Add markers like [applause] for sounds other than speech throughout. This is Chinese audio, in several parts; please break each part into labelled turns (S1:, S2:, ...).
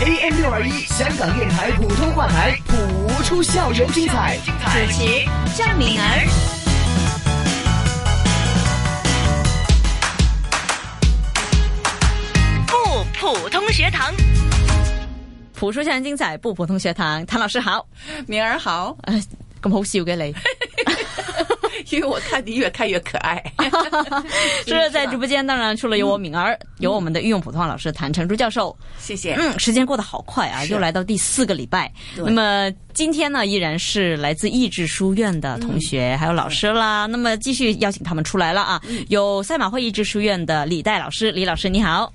S1: AM 六二一香港电台普通话台，谱出校园精彩。
S2: 主持郑敏儿。不普通学堂，
S3: 朴书人精彩不普通学堂，谭老师好，
S4: 明儿好，
S3: 唉咁好笑嘅
S4: [laughs]
S3: 你， [laughs]
S4: 因为 [laughs] 我看你越看越可爱。
S3: 是不是在直播间？当然除了有我敏儿，有我们的御用普通话老师谭成珠教授。
S4: 谢 [laughs] 谢。
S3: 嗯，时间过得好快啊，
S4: 是
S3: 又来到第四个礼拜。
S4: 对
S3: 那么今天呢，依然是来自益智书院的同
S4: 嗯
S3: 学、还有老师啦。那么继续邀请他们出来了啊，有赛马会益智书院的李代老师，李老师你好，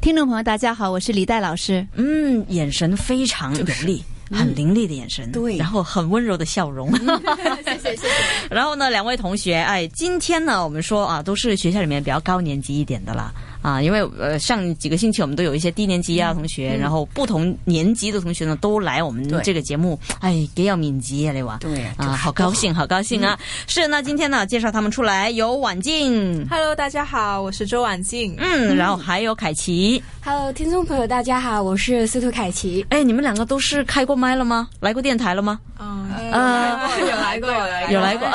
S5: 听众朋友，大家好，我是李代老师。
S3: 嗯，眼神非常有力。很凌厉的眼神，
S4: 对
S3: 然后很温柔的笑容，
S5: 嗯谢谢谢谢。
S3: [laughs] 然后呢，两位同学，哎，今天呢，我们说啊，都是学校里面比较高年级一点的啦，啊，因为呃，上几个星期我们都有一些低年
S5: 嗯
S3: 级啊同学，然后不同年级的同学呢都来我们
S4: 对
S3: 这个节目，哎，给要敏捷啊，你话
S4: 对
S3: 啊，好高兴，好高兴
S5: 嗯
S3: 啊！是，那今天呢，介绍他们出来有婉
S5: 嗯
S3: 静，
S6: Hello，大家好，我是周婉静。
S3: 嗯，然后还有凯奇，
S7: Hello，听众朋友，大家好，我是司徒凯奇。
S3: 哎，你们两个都是开过麦了吗？来过电台了吗？
S6: 嗯，
S3: 呃，
S6: 有来过，有啊来过，
S3: 有来过，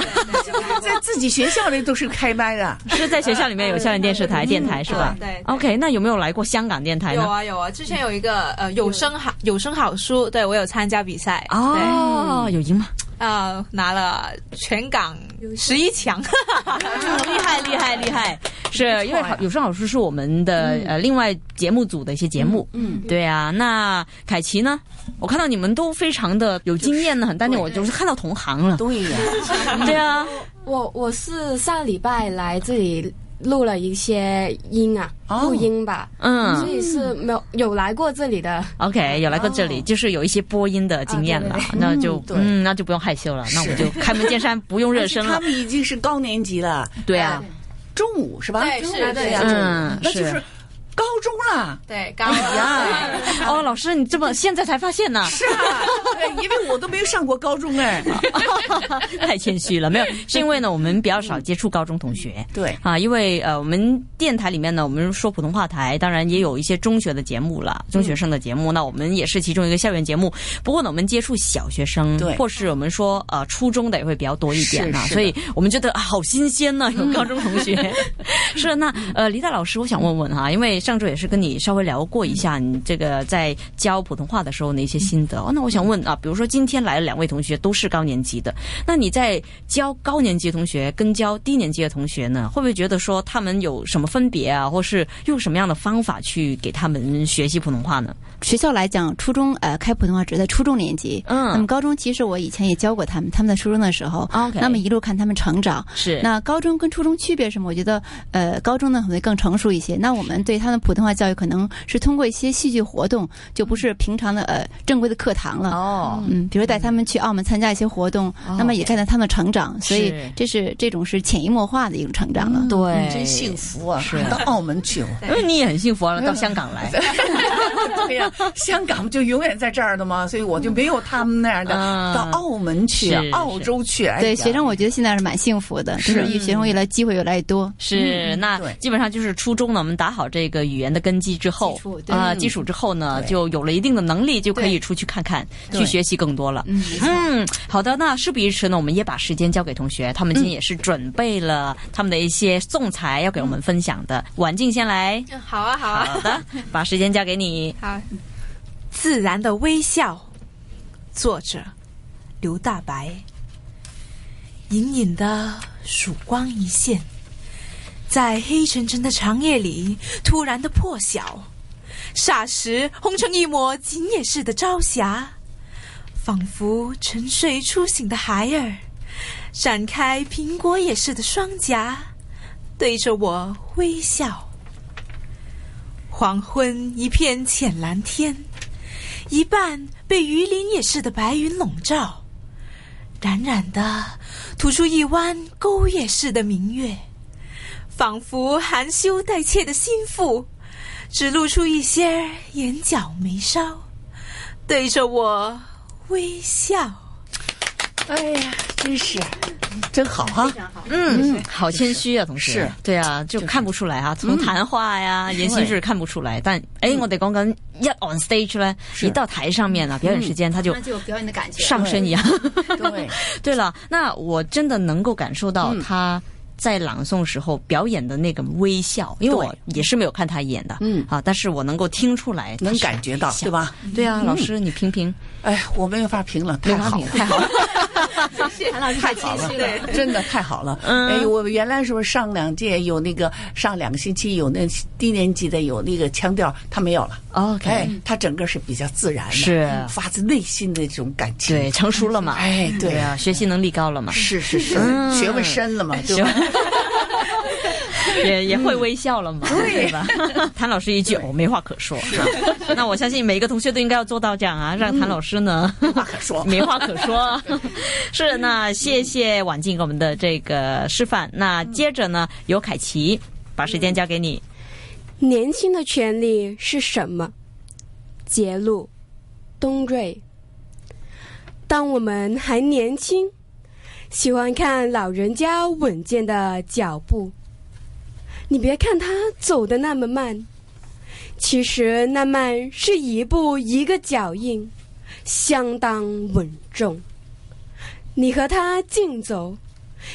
S4: 在自己学校里都是开麦 [laughs] 的，
S3: 是在学校里面有校园电视台电台是吧？
S4: 嗯
S3: 嗯
S6: 对对对
S3: OK，那有没有来过香港电台
S6: 有
S3: 呢？
S6: 啊有啊。之前有一个呃有声好有声好书，对我有参加比赛，
S3: 哦，有赢吗？
S6: 对，呃拿了全港十一 [laughs] 强，
S3: 哦厉害厉害厉
S4: [laughs]
S3: 害！是因为好有声好书是我们的、
S4: 嗯
S3: 呃另外节目组的一些节目，嗯，对啊。那凯奇呢？我看到你们都非常的有经验呢，很淡定，我就是看到同行了，
S4: 对呀，
S3: 对啊，
S7: 我我是上礼拜来这里录了一些音啊，录音吧，所
S3: 嗯
S7: 以是没有有来过这里的。
S3: ，OK，有来过这里，就是有一些播音的经验了，那就
S4: 哦啊对
S3: 嗯，那就不用害羞了，那我们就开门见山，不
S4: [laughs]
S3: 用热身
S4: 而且他
S3: 了，
S4: 们已经是高年级了，
S3: 对啊，
S4: 中午是吧？
S6: 对是
S4: 中午
S6: 对
S4: 呀，
S3: 是
S4: 中
S3: 嗯
S4: 午那就是是高中了。 [laughs]
S6: 对，刚
S4: 哎呀，
S3: [laughs] 哦，老师，你这么现在才发现呢？
S4: 是啊，哎因为我都没有上过高中 [laughs] 哎。
S3: 太谦虚了，没有，是因为呢，我们比较少接触高中同学。
S4: 对
S3: 啊，因为呃，我们电台里面呢，我们说普通话台，当然也有一些中学的节目了，中学生的节目。那我们也是其中一个校园节目。不过呢，我们接触小学生，
S4: 对
S3: 或是我们说呃初中的也会比较多一点呢、
S4: 是是
S3: 所以我们觉得、啊、好新鲜呢、有高中同学。是那呃，李大老师，我想问问哈、因为上周也是跟你稍微聊过一下你这个在教普通话的时候的一些心得。哦，那我想问啊，比如说今天来的两位同学都是高年级的，那你在教高年级的同学跟教低年级的同学呢，会不会觉得说他们有什么分别啊，或是用什么样的方法去给他们学习普通话呢？
S5: 学校来讲，初中呃开普通话只在初中年级，那么
S3: 嗯
S5: 高中其实我以前也教过他们，他们在初中的时候，
S3: ，OK，
S5: 那么一路看他们成长。
S3: 是
S5: 那高中跟初中区别是什么？我觉得，呃，高中呢可能更成熟一些。那我们对他们普通话教育，可能是通过一些戏剧活动，就不是平常的呃正规的课堂了。
S3: 哦，
S5: 嗯，比如带他们去澳门参加一些活动，那么也看到他们的成长，所以
S3: 是
S5: 这是这种是潜移默化的一种成长了。
S3: 对，
S4: 嗯真幸。福啊
S3: 是！
S4: 到澳门去了，
S3: 因为你也很幸福啊，到香港来，
S4: [laughs] 对呀，香港不就永远在这儿的吗？所以我就没有他们那样的
S3: 嗯
S4: 到澳门去啊
S3: 是、
S4: 澳洲去。哎
S5: 对
S4: 呀
S5: 学生，我觉得现在是蛮幸福的，就是越学生越来机会越来越多。
S3: 是，那
S4: 对
S3: 基本上就是初中呢，我们打好这个语言的根基之后
S5: 基础，对
S3: 啊，基础之后呢，
S4: 对
S3: 就有了一定的能力，就可以出去看看，去学习更多了。嗯，好的，那事不宜迟呢，我们也把时间交给同学，他们今天也是准备了他们的一些素材要给我们分享的。婉静先来，
S6: 嗯 [laughs] 好啊好啊
S3: 好的，把时间交给你。
S6: 好，自然的微笑，作者刘大白。隐隐的曙光一现，在黑沉沉的长夜里突然的破晓，霎时红成一抹紧也似的朝霞，仿佛沉睡初醒的孩儿，展开苹果也似的双颊，对着我微笑。黄昏一片浅蓝天，一半被鱼鳞也似的白云笼罩，冉冉的吐出一弯钩也似的明月，仿佛含羞带怯的心腹，只露出一些儿眼角眉梢，对着我微笑。
S4: 哎呀，真是真好哈、
S3: [laughs] 嗯，好谦虚啊，同学。
S4: 是
S3: 对啊，就看不出来啊，从谈话呀、言行是看不出来。但哎，我哋讲紧一 on stage 咧，一到台上面啊，表演时间他就
S5: 那就有表演的感觉。
S3: 上升一样。
S4: 对，
S3: 对了，那我真的能够感受
S4: 嗯
S3: 到他在朗诵时候表演的那个微笑，因为我也是没有看他演的，
S4: 嗯
S3: 啊，但是我能够听出来，
S4: 能感觉到对吧？嗯
S3: 对啊，老师你评评，
S4: 哎，我没有法评了，太好了，
S3: 太
S4: [laughs]
S3: 好了，
S4: 太好了，真的太好了。
S3: 嗯
S4: 哎，我原来是不是上两届有那个上两个星期有那低年级的有那个腔调，他没有了。
S3: OK
S4: 哎，他整个是比较自然的，
S3: 是
S4: 发自内心的这种感情。
S3: 对，，成熟了嘛，
S4: 哎，对
S3: 对
S4: 啊，
S3: 啊，学习能力高了嘛，
S4: 是是是，学问
S3: [laughs]
S4: 深了嘛，对
S3: 学
S4: 吧？
S3: [laughs] 也也
S4: 嗯
S3: 会微笑了嘛，对吧？ [laughs] 谭老师一句我没话可说， [laughs] 那我相信每一个同学都应该要做到这样啊，
S4: 嗯
S3: 让谭老师
S4: [laughs]
S3: 呢。
S4: 话可说，
S3: 没话可 [laughs] 说。是，那谢谢婉静给我们的这个示范。那接着呢，由凯奇把时间交给你。
S7: 年轻的权利是什么？节录，东瑞。当我们还年轻，喜欢看老人家稳健的脚步。你别看他走得那么慢，其实那慢是一步一个脚印，相当稳重。你和他竞走，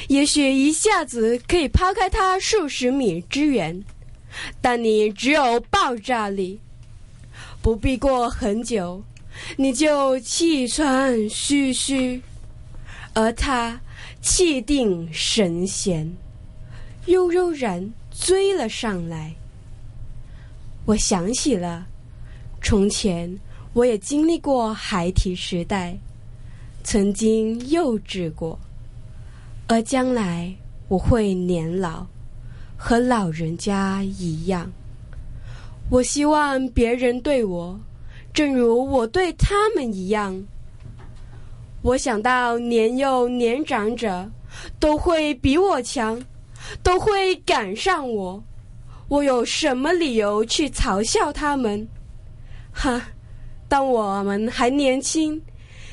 S7: 也许一下子可以抛开他数十米之远。但你只有爆炸力，不必过很久，你就气喘吁吁，而他气定神闲，悠悠然追了上来。我想起了，从前我也经历过孩提时代，曾经幼稚过，而将来我会年老。和老人家一样。我希望别人对我，正如我对他们一样。我想到年幼年长者都会比我强，都会赶上我，我有什么理由去嘲笑他们？哈，当我们还年轻，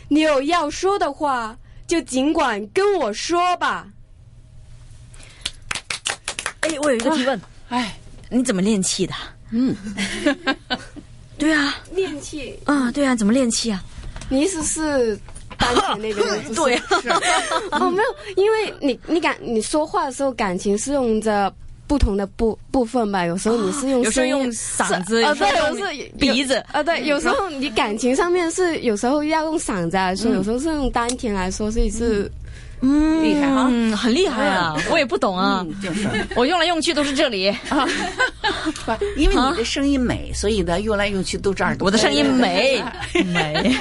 S7: 你有要说的话，就尽管跟我说吧。
S3: 哎，我有一个提问，
S4: 哎，
S3: 你怎么练气的？嗯，对啊，
S7: 练气，
S3: 啊，对啊，怎么练气啊？
S7: 你意思是当前那个位
S3: [laughs]
S7: 置？
S3: 对啊，
S7: 哦，没有，因为你你感你说话的时候，感情是用着不同的部部分吧，有时候你是用
S3: 有时候
S7: 声音。
S3: 用嗓子，
S7: 呃，
S3: 有时
S7: 对，
S3: 候
S7: 有
S3: 用
S7: 时候有
S3: 鼻子。
S7: 啊，对，有时候你感情上面是有时候要用嗓子啊来说，有时候是用丹田来说，所以是
S3: 嗯，
S4: 厉害啊
S3: 嗯，很厉害啊！我也不懂啊，
S4: 嗯，就是。
S3: 我用来用去都是这里。
S4: 不，因为你的声音美，所以呢，用来用去都这耳朵。
S3: 我的声音美 [laughs] 美，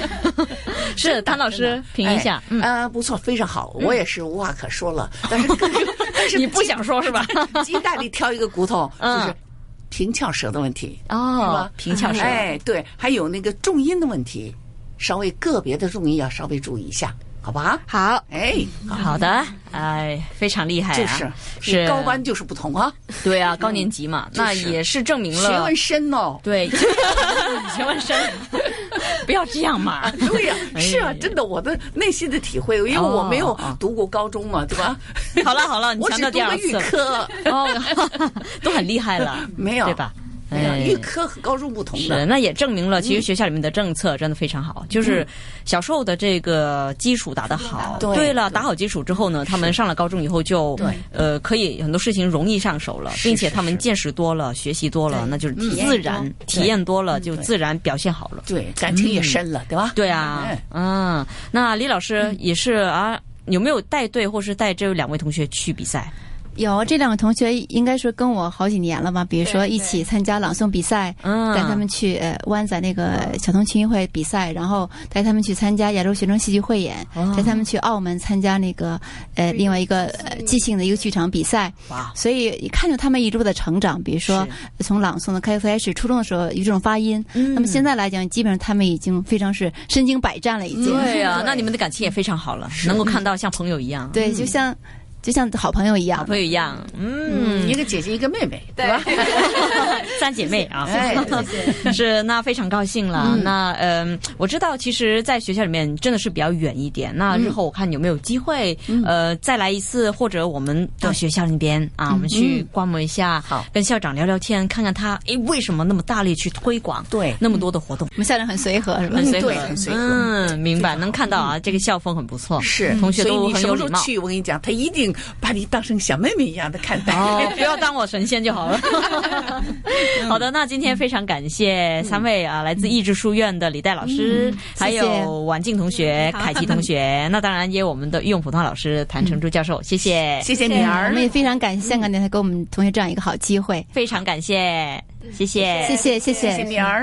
S3: 是谭老师评一下
S4: 哎。
S3: 嗯，
S4: 呃，不错，非常好，我也是无话可说了。但是，但
S3: [laughs]
S4: 是
S3: 你不想说是吧？
S4: [laughs] 鸡蛋里挑一个骨头，
S3: [laughs]
S4: 就
S3: 嗯
S4: 是平翘舌的问题，是
S3: 哦
S4: 吧，？
S3: 平翘舌。
S4: 哎，对，还有那个重音的问题，稍微个别的重音要稍微注意一下，好吧？
S7: 好。
S4: 哎，好
S3: 好的，哎，非常厉害啊！
S4: 就是
S3: 是
S4: 你高班就是不同啊，
S3: 对啊，高年级嘛，那也是证明了
S4: 学问
S3: [laughs]
S4: 深哦。
S3: 对学问 [laughs] 深，不要这样嘛。
S4: 对呀、
S3: 哎呀
S4: 是啊，真的，我的内心的体会，因为我没有
S3: 哦
S4: 读过高中嘛，对吧？
S3: [laughs] 好了好了，你
S4: [laughs] 我
S3: 强
S4: 只
S3: 调
S4: 读
S3: 第
S4: 了
S3: 二
S4: 预
S3: 次了
S4: 科，
S3: 哦， [laughs] 都很厉害了，
S4: 没有
S3: 对吧？
S4: 没有
S3: 哎
S4: 预科和高中不同
S3: 是，
S4: 的，
S3: 那也证明了，其实学校里面的政策真的非常好，就是小时候的这个基础打得好。
S4: 对
S3: 了，打好基础之后呢，他们上了高中以后就，呃，可以很多事情容易上手了，并且他们见识多了，学习多了，那就是自然体验多了，就自然表现好了。
S4: 对，感情也深了，嗯对吧？
S3: 对啊
S4: 哎，
S3: 嗯，那李老师也是啊，有没有带队或是带这两位同学去比赛？
S5: 有这两个同学应该说跟我好几年了吧，比如说一起参加朗诵比赛，
S3: 嗯
S5: 带他们去呃湾仔那个小童群艺会比赛，然后带他们去参加亚洲学生戏剧汇演，带他们去澳门参加那个呃另外一个呃即兴的一个剧场比赛。
S3: 哇，
S5: 所以你看着他们一路的成长，比如说呃从朗诵的开开始，初中的时候有这种发音，那么现在来讲，基本上他们已经非常是身经百战了，已经。
S3: 对啊，那你们的感情也非常好了，能够看到像朋友一样。
S5: 对，就像就像好朋友一样。
S3: 朋友一样，
S4: 嗯，
S5: [laughs]
S3: 嗯
S4: 一，个姐姐，一个妹妹，对吧？
S3: 三姐妹啊，
S4: 哎，
S3: [laughs]
S4: [laughs]
S3: 是，那非常高兴了。那嗯、我知道，其实，在学校里面真的是比较远一点。
S4: 嗯
S3: 那日后我看有没有机会，呃，再来一次，或者我们到学校那边啊，我们去观摩一下，
S4: 嗯好
S3: 跟校长聊聊天，看看他诶为什么那么大力去推广
S4: 对嗯
S3: 那么多的活动。
S5: 我们校长很随和，是吧？
S3: 很随和，
S4: 对很随和
S3: 嗯，明白，能看到啊，这个校风很不错，
S4: 是，
S3: 同学
S4: 嗯所以
S3: 都
S4: 你
S3: 很
S4: 什
S3: 有
S4: 么
S3: 礼
S4: 时候
S3: 貌。
S4: 去，我跟你讲，他一定把你当成小妹妹一样的看待。
S3: [laughs] 哦，不要当我神仙就好了。好的，那今天非常感谢三位啊，来自益智书院的李代老师，还
S5: 谢谢
S3: 有婉静同学、凯琪同学，那当然也有我们的御用普通话老师谭成珠教授，谢谢，
S4: 谢谢敏
S5: 我
S4: 儿
S5: 们，也非常感谢香港电台给我们同学这样一个好机会，
S3: 非常感谢，谢谢，
S5: 谢谢，谢
S4: 谢谢敏儿。